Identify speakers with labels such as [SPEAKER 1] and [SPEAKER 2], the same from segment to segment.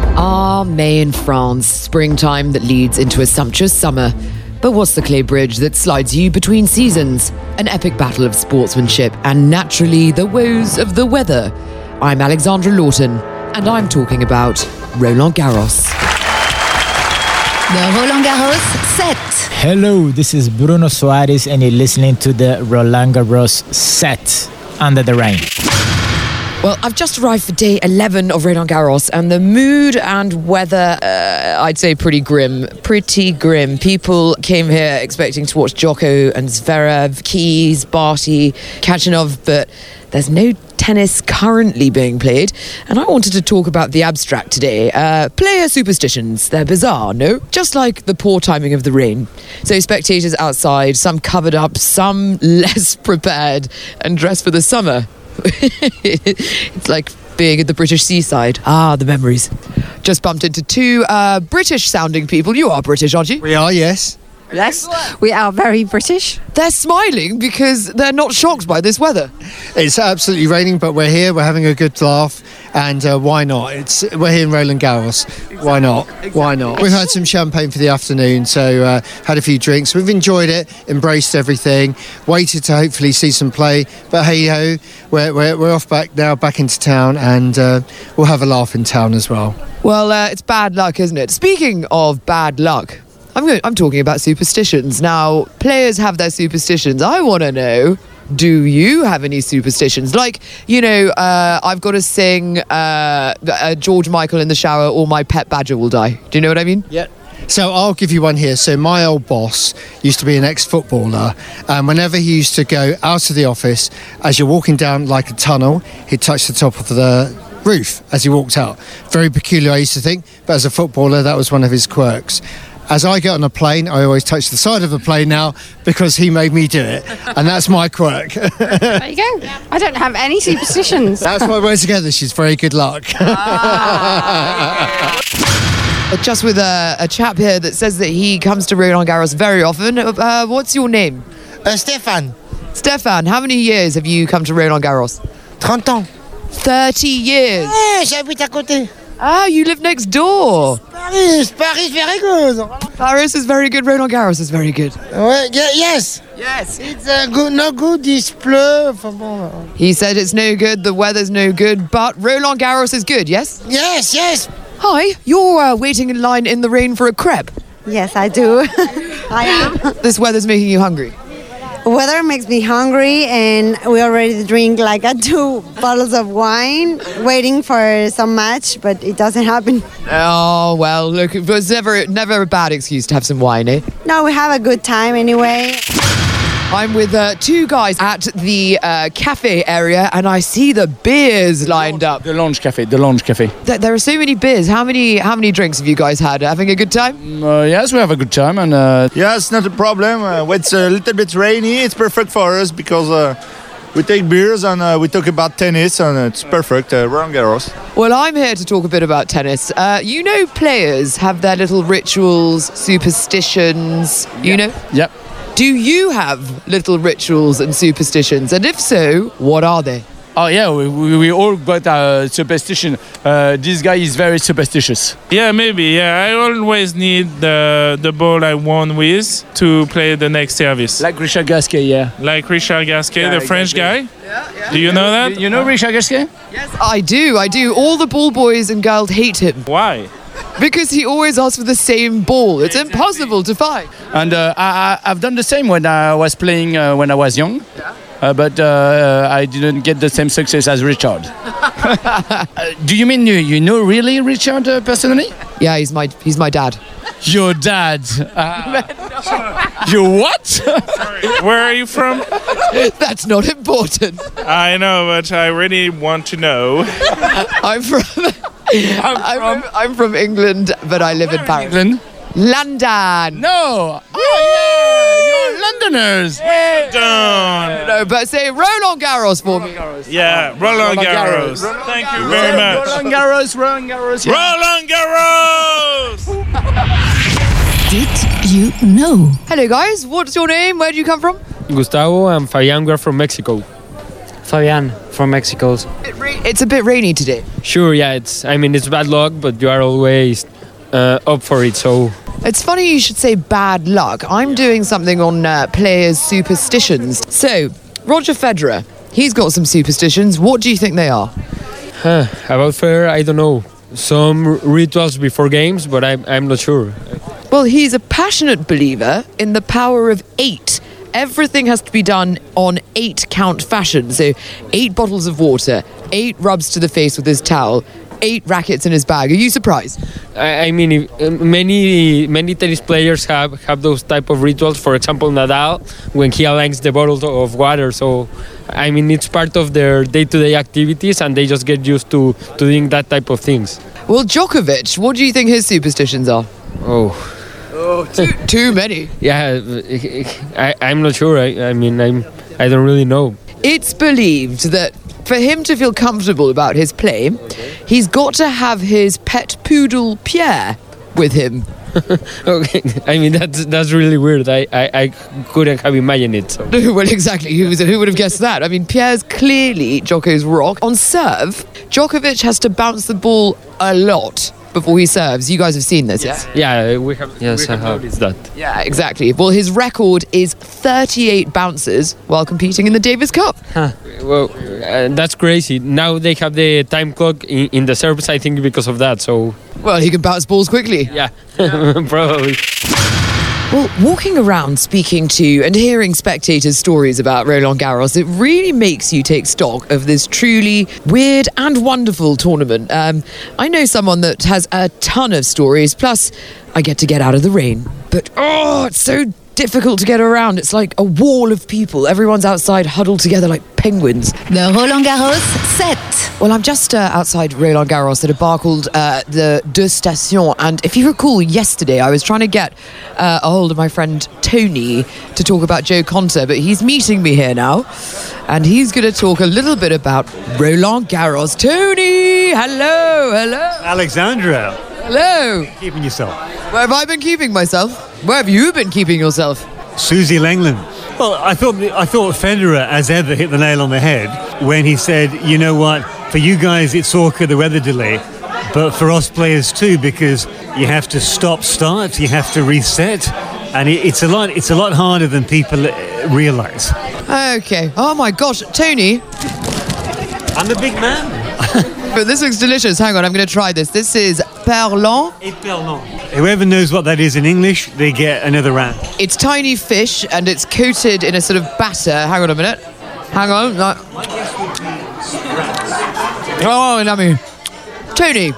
[SPEAKER 1] calm May in France, springtime that leads into a sumptuous summer. But what's the clay bridge that slides you between seasons? An epic battle of sportsmanship and naturally the woes of the weather. I'm Alexandra Lawton, and I'm talking about Roland Garros.
[SPEAKER 2] The Roland Garros set.
[SPEAKER 3] Hello, this is Bruno Suarez, and you're listening to the Roland Garros set under the rain.
[SPEAKER 1] Well, I've just arrived for day 11 of Roland Garros, and the mood and weather, uh, I'd say, pretty grim. Pretty grim. People came here expecting to watch Jocko and Zverev, Keys, Barty, Kachanov, but there's no tennis currently being played. And I wanted to talk about the abstract today. Uh, player superstitions. They're bizarre, no? Just like the poor timing of the rain. So, spectators outside, some covered up, some less prepared, and dressed for the summer. it's like being at the British seaside. Ah, the memories. Just bumped into two uh, British sounding people. You are British, aren't you?
[SPEAKER 4] We are, yes.
[SPEAKER 2] Yes, we are very British.
[SPEAKER 1] They're smiling because they're not shocked by this weather.
[SPEAKER 4] It's absolutely raining, but we're here. We're having a good laugh, and uh, why not? It's we're here in Roland Garros. Why not? Why not? We've had some champagne for the afternoon, so uh, had a few drinks. We've enjoyed it, embraced everything, waited to hopefully see some play. But hey ho, we're, we're, we're off back now, back into town, and uh, we'll have a laugh in town as well.
[SPEAKER 1] Well, uh, it's bad luck, isn't it? Speaking of bad luck, I'm, going, I'm talking about superstitions. Now, players have their superstitions. I want to know do you have any superstitions? Like, you know, uh, I've got to sing uh, uh, George Michael in the shower or my pet badger will die. Do you know what I mean?
[SPEAKER 4] Yeah. So I'll give you one here. So my old boss used to be an ex-footballer, and whenever he used to go out of the office, as you're walking down like a tunnel, he'd touch the top of the roof as he walked out. Very peculiar, I used to think, but as a footballer, that was one of his quirks. As I get on a plane, I always touch the side of a plane now because he made me do it, and that's my quirk.
[SPEAKER 5] There you go. I don't have any superstitions.
[SPEAKER 4] That's why we're together. She's very good luck.
[SPEAKER 1] But just with a, a chap here that says that he comes to Roland Garros very often. Uh, what's your name?
[SPEAKER 6] Euh, Stéphane,
[SPEAKER 1] Stefan, how many years have you come to Roland Garros?
[SPEAKER 6] 30 ans.
[SPEAKER 1] 30 years.
[SPEAKER 6] Eh, j'habite à côté.
[SPEAKER 1] Ah, you live next door.
[SPEAKER 6] Paris, Paris, very good.
[SPEAKER 1] Paris is very good. Roland Garros is very good.
[SPEAKER 6] Ouais, ye- yes.
[SPEAKER 1] Yes.
[SPEAKER 6] It's uh, good, no good, il pleut. Enfin bon. euh,
[SPEAKER 1] He said it's no good, the weather's no good, but Roland Garros is good, yes?
[SPEAKER 6] Yes, yes.
[SPEAKER 1] Hi, you're uh, waiting in line in the rain for a crepe.
[SPEAKER 7] Yes, I do. I
[SPEAKER 1] This weather's making you hungry.
[SPEAKER 7] am. Weather makes me hungry, and we already drink like uh, two bottles of wine, waiting for some match, but it doesn't happen.
[SPEAKER 1] Oh, well, look, it was never, never a bad excuse to have some wine, eh?
[SPEAKER 7] No, we have a good time anyway.
[SPEAKER 1] I'm with uh, two guys at the uh, cafe area and I see the beers lined up.
[SPEAKER 8] The Lounge Cafe, the Lounge Cafe.
[SPEAKER 1] There, there are so many beers. How many, how many drinks have you guys had? Having a good time?
[SPEAKER 8] Uh, yes, we have a good time and uh,
[SPEAKER 9] Yeah, it's not a problem. Uh, it's a little bit rainy. It's perfect for us because uh, we take beers and uh, we talk about tennis, and it's perfect. Uh, Roland Garros.
[SPEAKER 1] Well, I'm here to talk a bit about tennis. Uh, you know, players have their little rituals, superstitions, you know?
[SPEAKER 8] yeah.
[SPEAKER 1] Do you have little rituals and superstitions? And if so, what are they?
[SPEAKER 8] Oh yeah, we, we, we all got uh, superstition. Uh, this guy is very superstitious.
[SPEAKER 10] Yeah, maybe. Yeah, I always need the the ball I won with to play the next service. Like,
[SPEAKER 8] Like Richard Gasquet, yeah.
[SPEAKER 10] Richard Gasquet,
[SPEAKER 8] Yeah,
[SPEAKER 10] the French
[SPEAKER 8] exactly.
[SPEAKER 10] guy. Do you know that?
[SPEAKER 8] You, you know Richard Gasquet?
[SPEAKER 1] I do, I do. All the ball boys and girls hate him
[SPEAKER 10] Why?
[SPEAKER 1] because he always asks for the same ball. It's impossible to find.
[SPEAKER 8] And uh, I, I- I've done the same when I was playing uh, when I was young. Uh, but uh, I didn't get the same success as Richard. Uh, do you mean you, you know really Richard uh, personally?
[SPEAKER 1] Yeah, he's my, he's my dad.
[SPEAKER 8] Your dad. Uh, you what?
[SPEAKER 10] Where are you from?
[SPEAKER 1] That's not important.
[SPEAKER 10] I know, but I really want to know.
[SPEAKER 1] I'm from. I'm, I'm from, England, but I live in Paris.
[SPEAKER 8] England?
[SPEAKER 1] London.
[SPEAKER 8] No. Oh yeah, you're Londoners.
[SPEAKER 10] Done.
[SPEAKER 1] No, but say Roland Garros for me.
[SPEAKER 10] Yeah, Roland Garros. Thank you very much.
[SPEAKER 8] Roland Garros, Roland Garros. yeah.
[SPEAKER 10] Roland Garros.
[SPEAKER 2] Did you know?
[SPEAKER 1] Hello, guys. What's your name? Where do you come from?
[SPEAKER 11] Gustavo and Fabian, we're from Mexico.
[SPEAKER 6] Fabian,
[SPEAKER 12] from Mexico.
[SPEAKER 1] It's a bit rainy today.
[SPEAKER 12] Sure, yeah, it's. I mean, it's bad luck, but you are always uh, up for it. So
[SPEAKER 1] It's funny you should say bad luck. I'm doing something on uh, players' superstitions. So, Roger Federer, he's got some superstitions. What do you think they are?
[SPEAKER 12] huh, about fair, I don't know. Some r- rituals before games, but I'm I'm not sure.
[SPEAKER 1] Well, he's a passionate believer in the power of eight. Everything has to be done on eight count fashion. So, eight bottles of water, eight rubs to the face with his towel, eight rackets in his bag. Are you surprised?
[SPEAKER 12] I, I mean, if, uh, many many tennis players have have those type of rituals. For example, Nadal, when he aligns the bottle to- of water. So, I mean, it's part of their day-to-day activities, and they just get used to to doing that type of things.
[SPEAKER 1] Well, Djokovic, what do you think his superstitions are?
[SPEAKER 12] Oh.
[SPEAKER 1] Oh, too, too many.
[SPEAKER 12] Yeah, I, I'm not sure. I, I mean, I'm I don't really know.
[SPEAKER 1] It's believed that for him to feel comfortable about his play, he's got to have his pet poodle Pierre with him.
[SPEAKER 12] okay, I mean that's that's really weird. I, I, I couldn't have imagined it. So.
[SPEAKER 1] No, well, exactly. Who, was, who would have guessed that? I mean, Pierre's clearly Djokovic's rock. On serve, Djokovic has to bounce the ball a lot before he serves. You guys have seen this, yeah?
[SPEAKER 12] Yeah, we have. Yes, we have noticed that.
[SPEAKER 1] Yeah, exactly. Well, his record is 38 bounces while competing in the Davis Cup.
[SPEAKER 12] Huh. Well, uh, that's crazy. Now they have the time clock in, in the service. I think because of that. So
[SPEAKER 1] Well, he can bounce balls quickly.
[SPEAKER 12] yeah, probably.
[SPEAKER 1] Well, walking around speaking to and hearing spectators' stories about Roland Garros, it really makes you take stock of this truly weird and wonderful tournament. Um, I know someone that has a ton of stories, plus, I get to get out of the rain. But oh, it's so difficult to get around. It's like a wall of people. Everyone's outside huddled together like penguins.
[SPEAKER 6] The Roland Garros set.
[SPEAKER 1] Well, I'm just uh, outside Roland Garros at a bar called uh, the Deux Stations. And if you recall, yesterday I was trying to get uh, a hold of my friend Tony to talk about Joe Conter, but he's meeting me here now. And he's going to talk a little bit about Roland Garros. Tony! Hello! Hello!
[SPEAKER 13] Alexandra,
[SPEAKER 1] Hello!
[SPEAKER 13] keeping yourself.
[SPEAKER 1] Where have I been keeping myself? Where have you been keeping yourself?
[SPEAKER 13] Susie Langland. Well, I thought I thought Federer, as ever, hit the nail on the head when he said, "You know what? For you guys, it's Orca, the weather delay, but for us players too, because you have to stop, start, you have to reset, and it, it's a lot. It's a lot harder than people uh, realize."
[SPEAKER 1] Okay. Oh my gosh, Tony.
[SPEAKER 13] I'm a big man.
[SPEAKER 1] but this looks delicious. Hang on, I'm going to try this. This is Perlon.
[SPEAKER 13] Whoever knows what that is in English, they get another round.
[SPEAKER 1] It's tiny fish and it's coated in a sort of batter. Hang on a minute. Hang on. Like- Oh, yummy. Tony,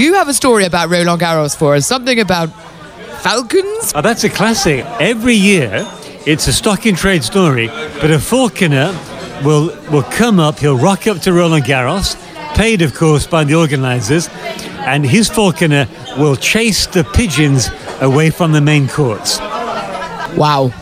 [SPEAKER 1] you have a story about Roland Garros for us. Something about falcons?
[SPEAKER 13] Oh, that's a classic. Every year, it's a stock in trade story, but a falconer will will come up. He'll rock up to Roland Garros, paid of course by the organisers, and his falconer will chase the pigeons away from the main courts.
[SPEAKER 1] Wow!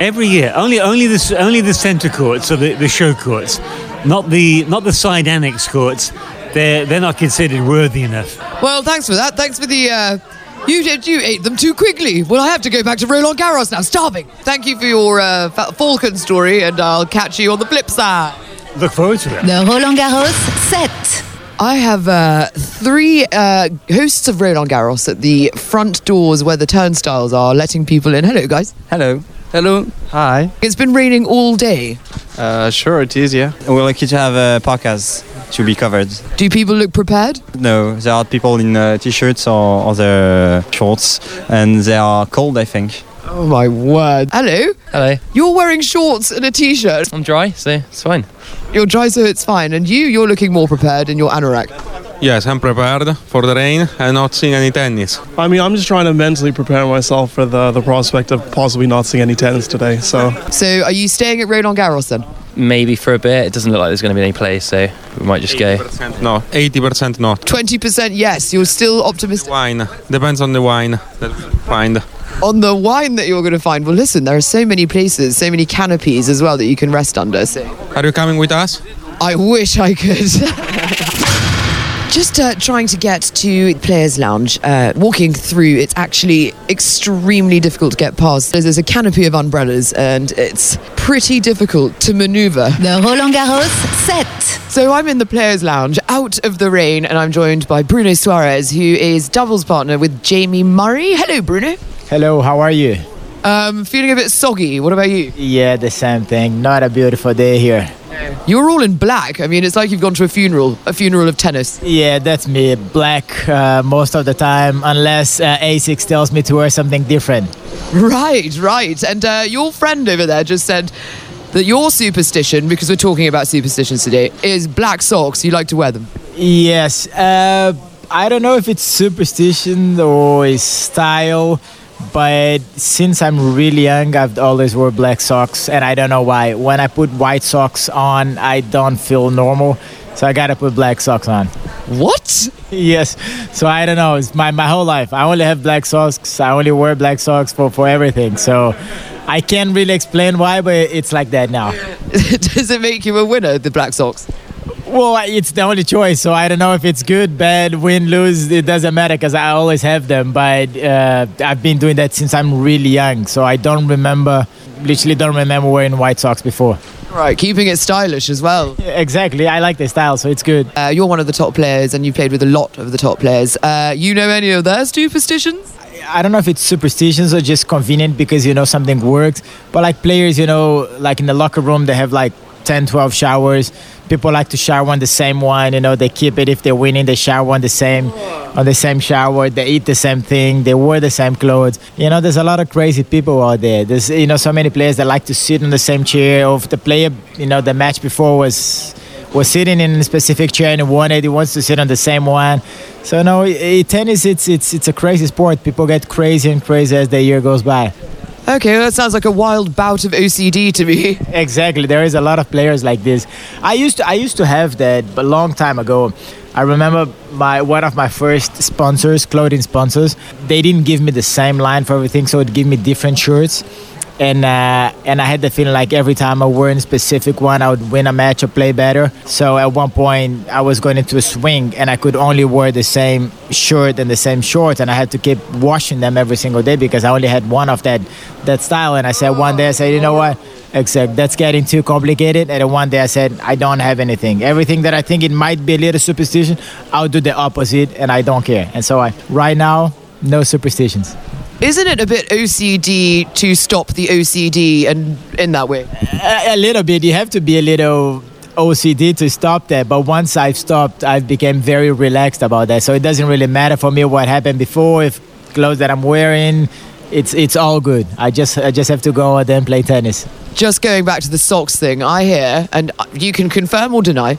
[SPEAKER 13] Every year, only only the s- only the centre courts or the, the show courts, not the not the side annex courts. They're they're not considered worthy enough.
[SPEAKER 1] Well, thanks for that. Thanks for the. Uh, you did. You ate them too quickly. Well, I have to go back to Roland Garros now. Starving. Thank you for your uh, fa- falcon story, and I'll catch you on the flip side.
[SPEAKER 13] Look forward to it.
[SPEAKER 6] The Roland Garros set.
[SPEAKER 1] I have uh, three uh, hosts of Roland Garros at the front doors where the turnstiles are, letting people in. Hello, guys.
[SPEAKER 14] Hello. Hello. Hi.
[SPEAKER 1] It's been raining all day.
[SPEAKER 14] Uh, sure, it is, yeah. We're lucky to have a podcast to be covered.
[SPEAKER 1] Do people look prepared?
[SPEAKER 14] No, there are people in uh, t shirts or other shorts, and they are cold, I think.
[SPEAKER 1] Oh my word. Hello.
[SPEAKER 7] Hello.
[SPEAKER 1] You're wearing shorts and a t-shirt.
[SPEAKER 7] I'm dry, so it's fine.
[SPEAKER 1] You're dry, so it's fine. And you, you're looking more prepared in your anorak.
[SPEAKER 9] Yes, I'm prepared for the rain and not seeing any tennis.
[SPEAKER 15] I mean, I'm just trying to mentally prepare myself for the, the prospect of possibly not seeing any tennis today. So
[SPEAKER 1] So, are you staying at Roland Garros then?
[SPEAKER 7] Maybe for a bit. It doesn't look like there's going to be any play, so we might just go.
[SPEAKER 9] No, 80% not.
[SPEAKER 1] Twenty percent, yes. You're still optimistic.
[SPEAKER 9] Wine depends on the wine that we find.
[SPEAKER 1] On the wine that you're going to find. Well, listen, there are so many places, so many canopies as well that you can rest under. So,
[SPEAKER 9] Are you coming with us?
[SPEAKER 1] I wish I could. just uh, trying to get to Players Lounge, uh, walking through, it's actually extremely difficult to get past. There's, there's a canopy of umbrellas and it's pretty difficult to maneuver. The Roland Garros set. So I'm in the Players Lounge, out of the rain, and I'm joined by Bruno Suarez, who is doubles partner with Jamie Murray. Hello, Bruno.
[SPEAKER 3] Hello, how are you?
[SPEAKER 1] Um, feeling a bit soggy. What about you?
[SPEAKER 3] Yeah, the same thing. Not a beautiful day here.
[SPEAKER 1] You're all in black. I mean, it's like you've gone to a funeral, a funeral of tennis.
[SPEAKER 3] Yeah, that's me. Black uh, most of the time, unless uh, ASICS tells me to wear something different.
[SPEAKER 1] Right, right. And uh, your friend over there just said that your superstition, because we're talking about superstitions today, is black socks. You like to wear them.
[SPEAKER 3] Yes. Uh, I don't know if it's superstition or is style, but since I'm really young, I've always wore black socks, and I don't know why. When I put white socks on, I don't feel normal, so I gotta put black socks on.
[SPEAKER 1] What?
[SPEAKER 3] Yes. So I don't know. It's my my whole life. I only have black socks. I only wear black socks for for everything. So. I can't really explain why, but it's like that now.
[SPEAKER 1] Does it make you a winner, the black socks?
[SPEAKER 3] Well, it's the only choice, so I don't know if it's good, bad, win, lose. It doesn't matter because I always have them. But uh, I've been doing that since I'm really young, so I don't remember, literally don't remember wearing white socks before.
[SPEAKER 1] Right, keeping it stylish as well.
[SPEAKER 3] exactly, I like the style, so it's good.
[SPEAKER 1] Uh, you're one of the top players, and you've played with a lot of the top players. Uh, you know any of their superstitions?
[SPEAKER 3] I don't know if it's superstitions or just convenient because you know something works. But like players, you know, like in the locker room, they have like 10, 12 showers. People like to shower on the same one. You know, they keep it if they're winning. They shower on the same, on the same shower. They eat the same thing. They wear the same clothes. You know, there's a lot of crazy people out there. There's you know so many players that like to sit on the same chair. Or if the player, you know, the match before was was sitting in a specific chair and won it. He wants to sit on the same one. So no, i- i- tennis it's it's it's a crazy sport. People get crazy and crazy as the year goes by.
[SPEAKER 1] Okay, well, that sounds like a wild bout of OCD to me.
[SPEAKER 3] Exactly, there is a lot of players like this. I used to I used to have that a long time ago. I remember my one of my first sponsors, clothing sponsors. They didn't give me the same line for everything, so it gave me different shirts. And uh, and I had the feeling like every time I wore a specific one, I would win a match or play better. So at one point, I was going into a swing, and I could only wear the same shirt and the same shorts, and I had to keep washing them every single day because I only had one of that that style. And I said one day, I said, you know what? Except that's getting too complicated. And then one day I said, I don't have anything. Everything that I think it might be a little superstition, I'll do the opposite, and I don't care. And so I, right now, no superstitions.
[SPEAKER 1] Isn't it a bit OCD to stop the OCD and in that way?
[SPEAKER 3] a, a little bit. You have to be a little OCD to stop that. But once I've stopped, I've become very relaxed about that. So it doesn't really matter for me what happened before. If clothes that I'm wearing, it's it's all good. I just I just have to go out there and play tennis.
[SPEAKER 1] Just going back to the socks thing, I hear, and you can confirm or deny.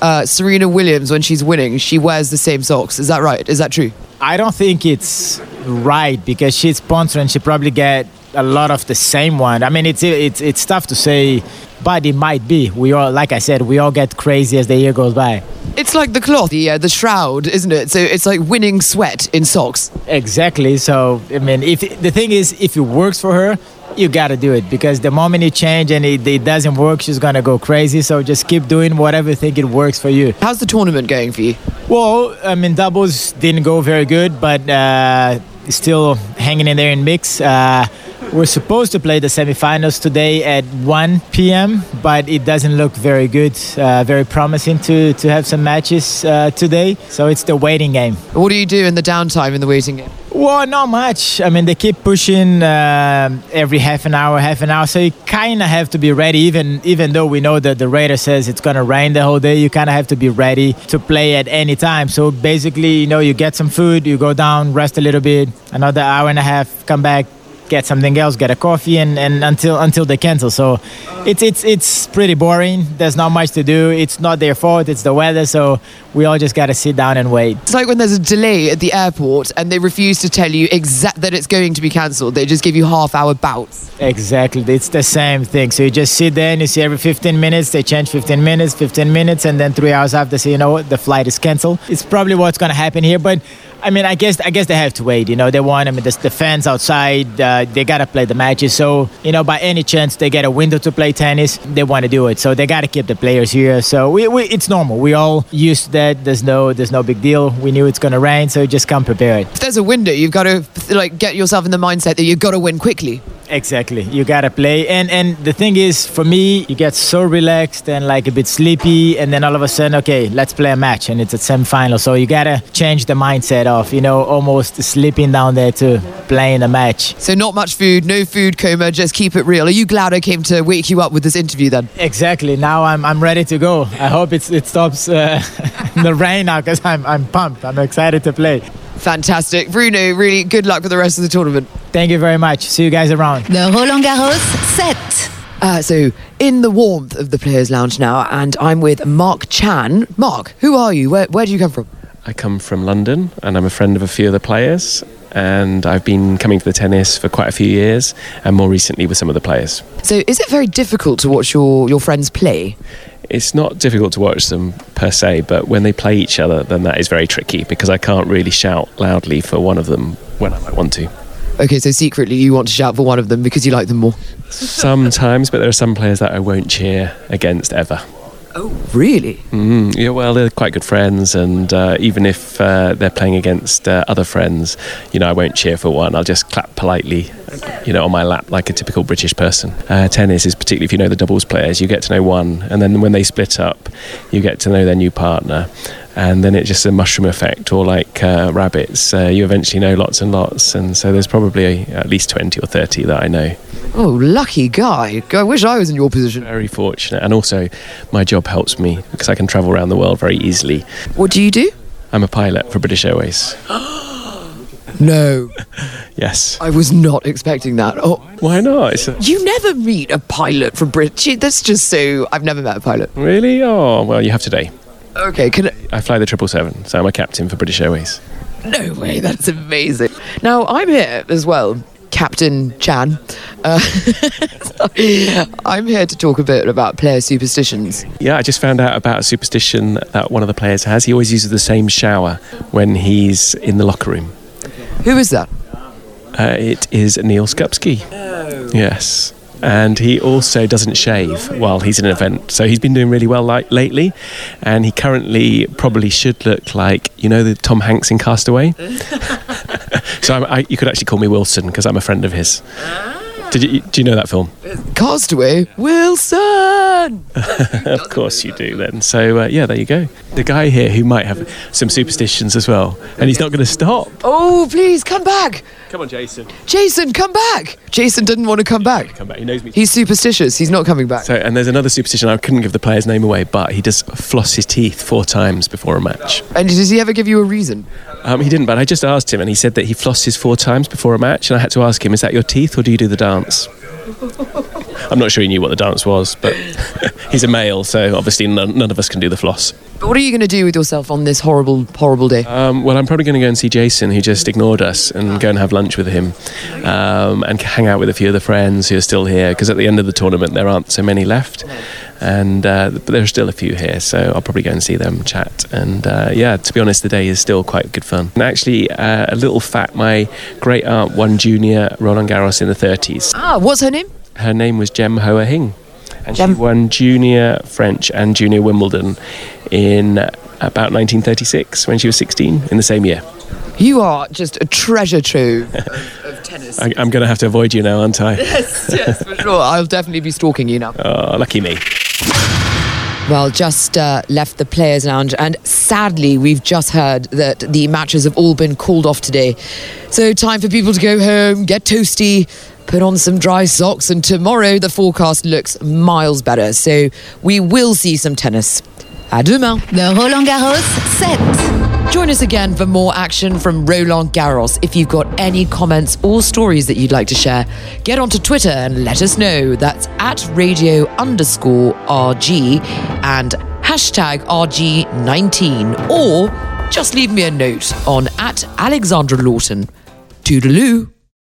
[SPEAKER 1] Uh, Serena Williams, when she's winning, she wears the same socks. Is that right? Is that true?
[SPEAKER 3] I don't think it's right because she's sponsoring. She probably get a lot of the same one. I mean, it's it's it's tough to say, but it might be. We all, like I said, we all get crazy as the year goes by.
[SPEAKER 1] It's like the cloth, the, uh, the shroud, isn't it? So it's like winning sweat in socks.
[SPEAKER 3] Exactly. So I mean, if the thing is, if it works for her, you gotta do it because the moment you change and it, it doesn't work, she's gonna go crazy. So just keep doing whatever you think it works for you.
[SPEAKER 1] How's the tournament going for you?
[SPEAKER 3] Well, I mean, doubles didn't go very good, but uh, still hanging in there in mix. Uh, we're supposed to play the semifinals today at 1 p.m., but it doesn't look very good, uh, very promising to, to have some matches uh, today. So it's the waiting game.
[SPEAKER 1] What do you do in the downtime in the waiting game?
[SPEAKER 3] Well, not much. I mean, they keep pushing um every half an hour, half an hour. So you kind of have to be ready, even even though we know that the radar says it's gonna rain the whole day. You kind of have to be ready to play at any time. So basically, you know, you get some food, you go down, rest a little bit, another hour and a half, come back, get something else, get a coffee, and, and until until they cancel. So it's it's it's pretty boring. There's not much to do. It's not their fault. It's the weather. So we all just gotta sit down and wait.
[SPEAKER 1] It's like when there's a delay at the airport and they refuse to tell you exact that it's going to be cancelled. They just give you half hour bouts.
[SPEAKER 3] Exactly. It's the same thing. So you just sit there and you see every 15 minutes, they change 15 minutes, 15 minutes, and then three hours after, say, you know what, the flight is canceled. It's probably what's going to happen here. But I mean, I guess I guess they have to wait. You know, they want. I mean, the, the fans outside, uh, they gotta play the matches. So you know, by any chance they get a window to play tennis, they want to do it. So they gotta keep the players here. So we, we it's normal. We all used to that. There's no there's no big deal. We knew it's gonna rain, so just come prepared.
[SPEAKER 1] If there's a window, you've got to like get yourself in the mindset that you've got to win quickly.
[SPEAKER 3] Exactly. You gotta play, and and the thing is, for me, you get so relaxed and like a bit sleepy, and then all of a sudden, okay, let's play a match, and it's a semifinal. So you gotta change the mindset of you know almost sleeping down there to playing a match.
[SPEAKER 1] So not much food, no food coma, just keep it real. Are you glad I came to wake you up with this interview then?
[SPEAKER 3] Exactly. Now I'm I'm ready to go. I hope it's it stops uh, the rain now because I'm I'm pumped. I'm excited to play.
[SPEAKER 1] Fantastic, Bruno. Really good luck for the rest of the tournament.
[SPEAKER 3] Thank you very much. See you guys around.
[SPEAKER 2] The Roland Garros 7.
[SPEAKER 1] Uh, so in the warmth of the players' lounge now, and I'm with Mark Chan. Mark, who are you? Where where do you come from?
[SPEAKER 13] I come from London and I'm a friend of a few of the players. And I've been coming to the tennis for quite a few years and more recently with some of the players.
[SPEAKER 1] So is it very difficult to watch your, your friends play?
[SPEAKER 13] It's not difficult to watch them per se, but when they play each other, then that is very tricky because I can't really shout loudly for one of them when I might want to.
[SPEAKER 1] Okay, so secretly you want to shout for one of them because you like them more.
[SPEAKER 13] Sometimes, but there are some players that I won't cheer against ever.
[SPEAKER 1] Oh, really?
[SPEAKER 13] Mm, yeah, well, they're quite good friends, and uh, even if uh, they're playing against uh, other friends, you know, I won't cheer for one. I'll just clap politely, you know, on my lap like a typical British person. Uh, tennis is particularly if you know the doubles players, you get to know one, and then when they split up, you get to know their new partner. And then it's just a mushroom effect, or like uh, rabbits, uh, you eventually know lots and lots. And so there's probably at least 20 or 30 that I know.
[SPEAKER 1] Oh, lucky guy. I wish I was in your position.
[SPEAKER 13] Very fortunate. And also, my job helps me because I can travel around the world very easily.
[SPEAKER 1] What do you do?
[SPEAKER 13] I'm a pilot for British Airways.
[SPEAKER 1] No,
[SPEAKER 13] Yes.
[SPEAKER 1] I was not expecting that. Oh,
[SPEAKER 13] why not? It's a-
[SPEAKER 1] you never meet a pilot from Britain. That's just so. I've never met a pilot.
[SPEAKER 13] Really? Oh, well, you have today.
[SPEAKER 1] Okay, can I?
[SPEAKER 13] I fly the 777, so I'm a captain for British Airways.
[SPEAKER 1] No way, that's amazing. Now, I'm here as well, Captain Chan. Uh, I'm here to talk a bit about player superstitions.
[SPEAKER 13] Yeah, I just found out about a superstition that one of the players has. He always uses the same shower when he's in the locker room.
[SPEAKER 1] Who is that?
[SPEAKER 13] Uh, it is Neil Skupski. Yes. And he also doesn't shave while he's in an event. So he's been doing really well like, lately. And he currently probably should look like, you know, the Tom Hanks in Castaway? so I'm, I, you could actually call me Wilson because I'm a friend of his. Did you, do you know that film?
[SPEAKER 1] Castaway Wilson!
[SPEAKER 13] of course you do then. So, uh, yeah, there you go. The guy here who might have some superstitions as well. And he's not going to stop.
[SPEAKER 1] Oh, please come back!
[SPEAKER 13] Come on, Jason.
[SPEAKER 1] Jason, come back! Jason didn't want to come back.
[SPEAKER 13] Come back. He knows me.
[SPEAKER 1] He's superstitious. He's not coming back.
[SPEAKER 13] So, and there's another superstition. I couldn't give the player's name away, but he does floss his teeth four times before a match.
[SPEAKER 1] And does he ever give you a reason?
[SPEAKER 13] Um, he didn't, but I just asked him, and he said that he flosses four times before a match. And I had to ask him, "Is that your teeth, or do you do the dance?" I'm not sure he knew what the dance was, but he's a male, so obviously none, none of us can do the floss.
[SPEAKER 1] But what are you going to do with yourself on this horrible, horrible day?
[SPEAKER 13] Um, well, I'm probably going to go and see Jason, who just ignored us, and go and have lunch with him, um, and hang out with a few of the friends who are still here. Because at the end of the tournament, there aren't so many left, and uh, but there are still a few here. So I'll probably go and see them, chat, and uh, yeah. To be honest, the day is still quite good fun. And actually, uh, a little fact: my great aunt won junior Roland Garros in the 30s.
[SPEAKER 1] Ah, what's her name?
[SPEAKER 13] Her name was Jem Hoa Hing, and she won junior French and junior Wimbledon in about 1936 when she was 16 in the same year.
[SPEAKER 1] You are just a treasure trove of tennis.
[SPEAKER 13] I, I'm going to have to avoid you now, aren't I?
[SPEAKER 1] yes, yes, for sure. I'll definitely be stalking you now.
[SPEAKER 13] Oh, lucky me.
[SPEAKER 1] Well, just uh, left the players' lounge, and sadly, we've just heard that the matches have all been called off today. So, time for people to go home, get toasty, put on some dry socks, and tomorrow the forecast looks miles better. So, we will see some tennis. À demain.
[SPEAKER 2] The Roland Garros 7.
[SPEAKER 1] Join us again for more action from Roland Garros. If you've got any comments or stories that you'd like to share, get onto Twitter and let us know. That's at radio underscore RG and hashtag RG19. Or just leave me a note on at Alexandra Lawton. Toodaloo.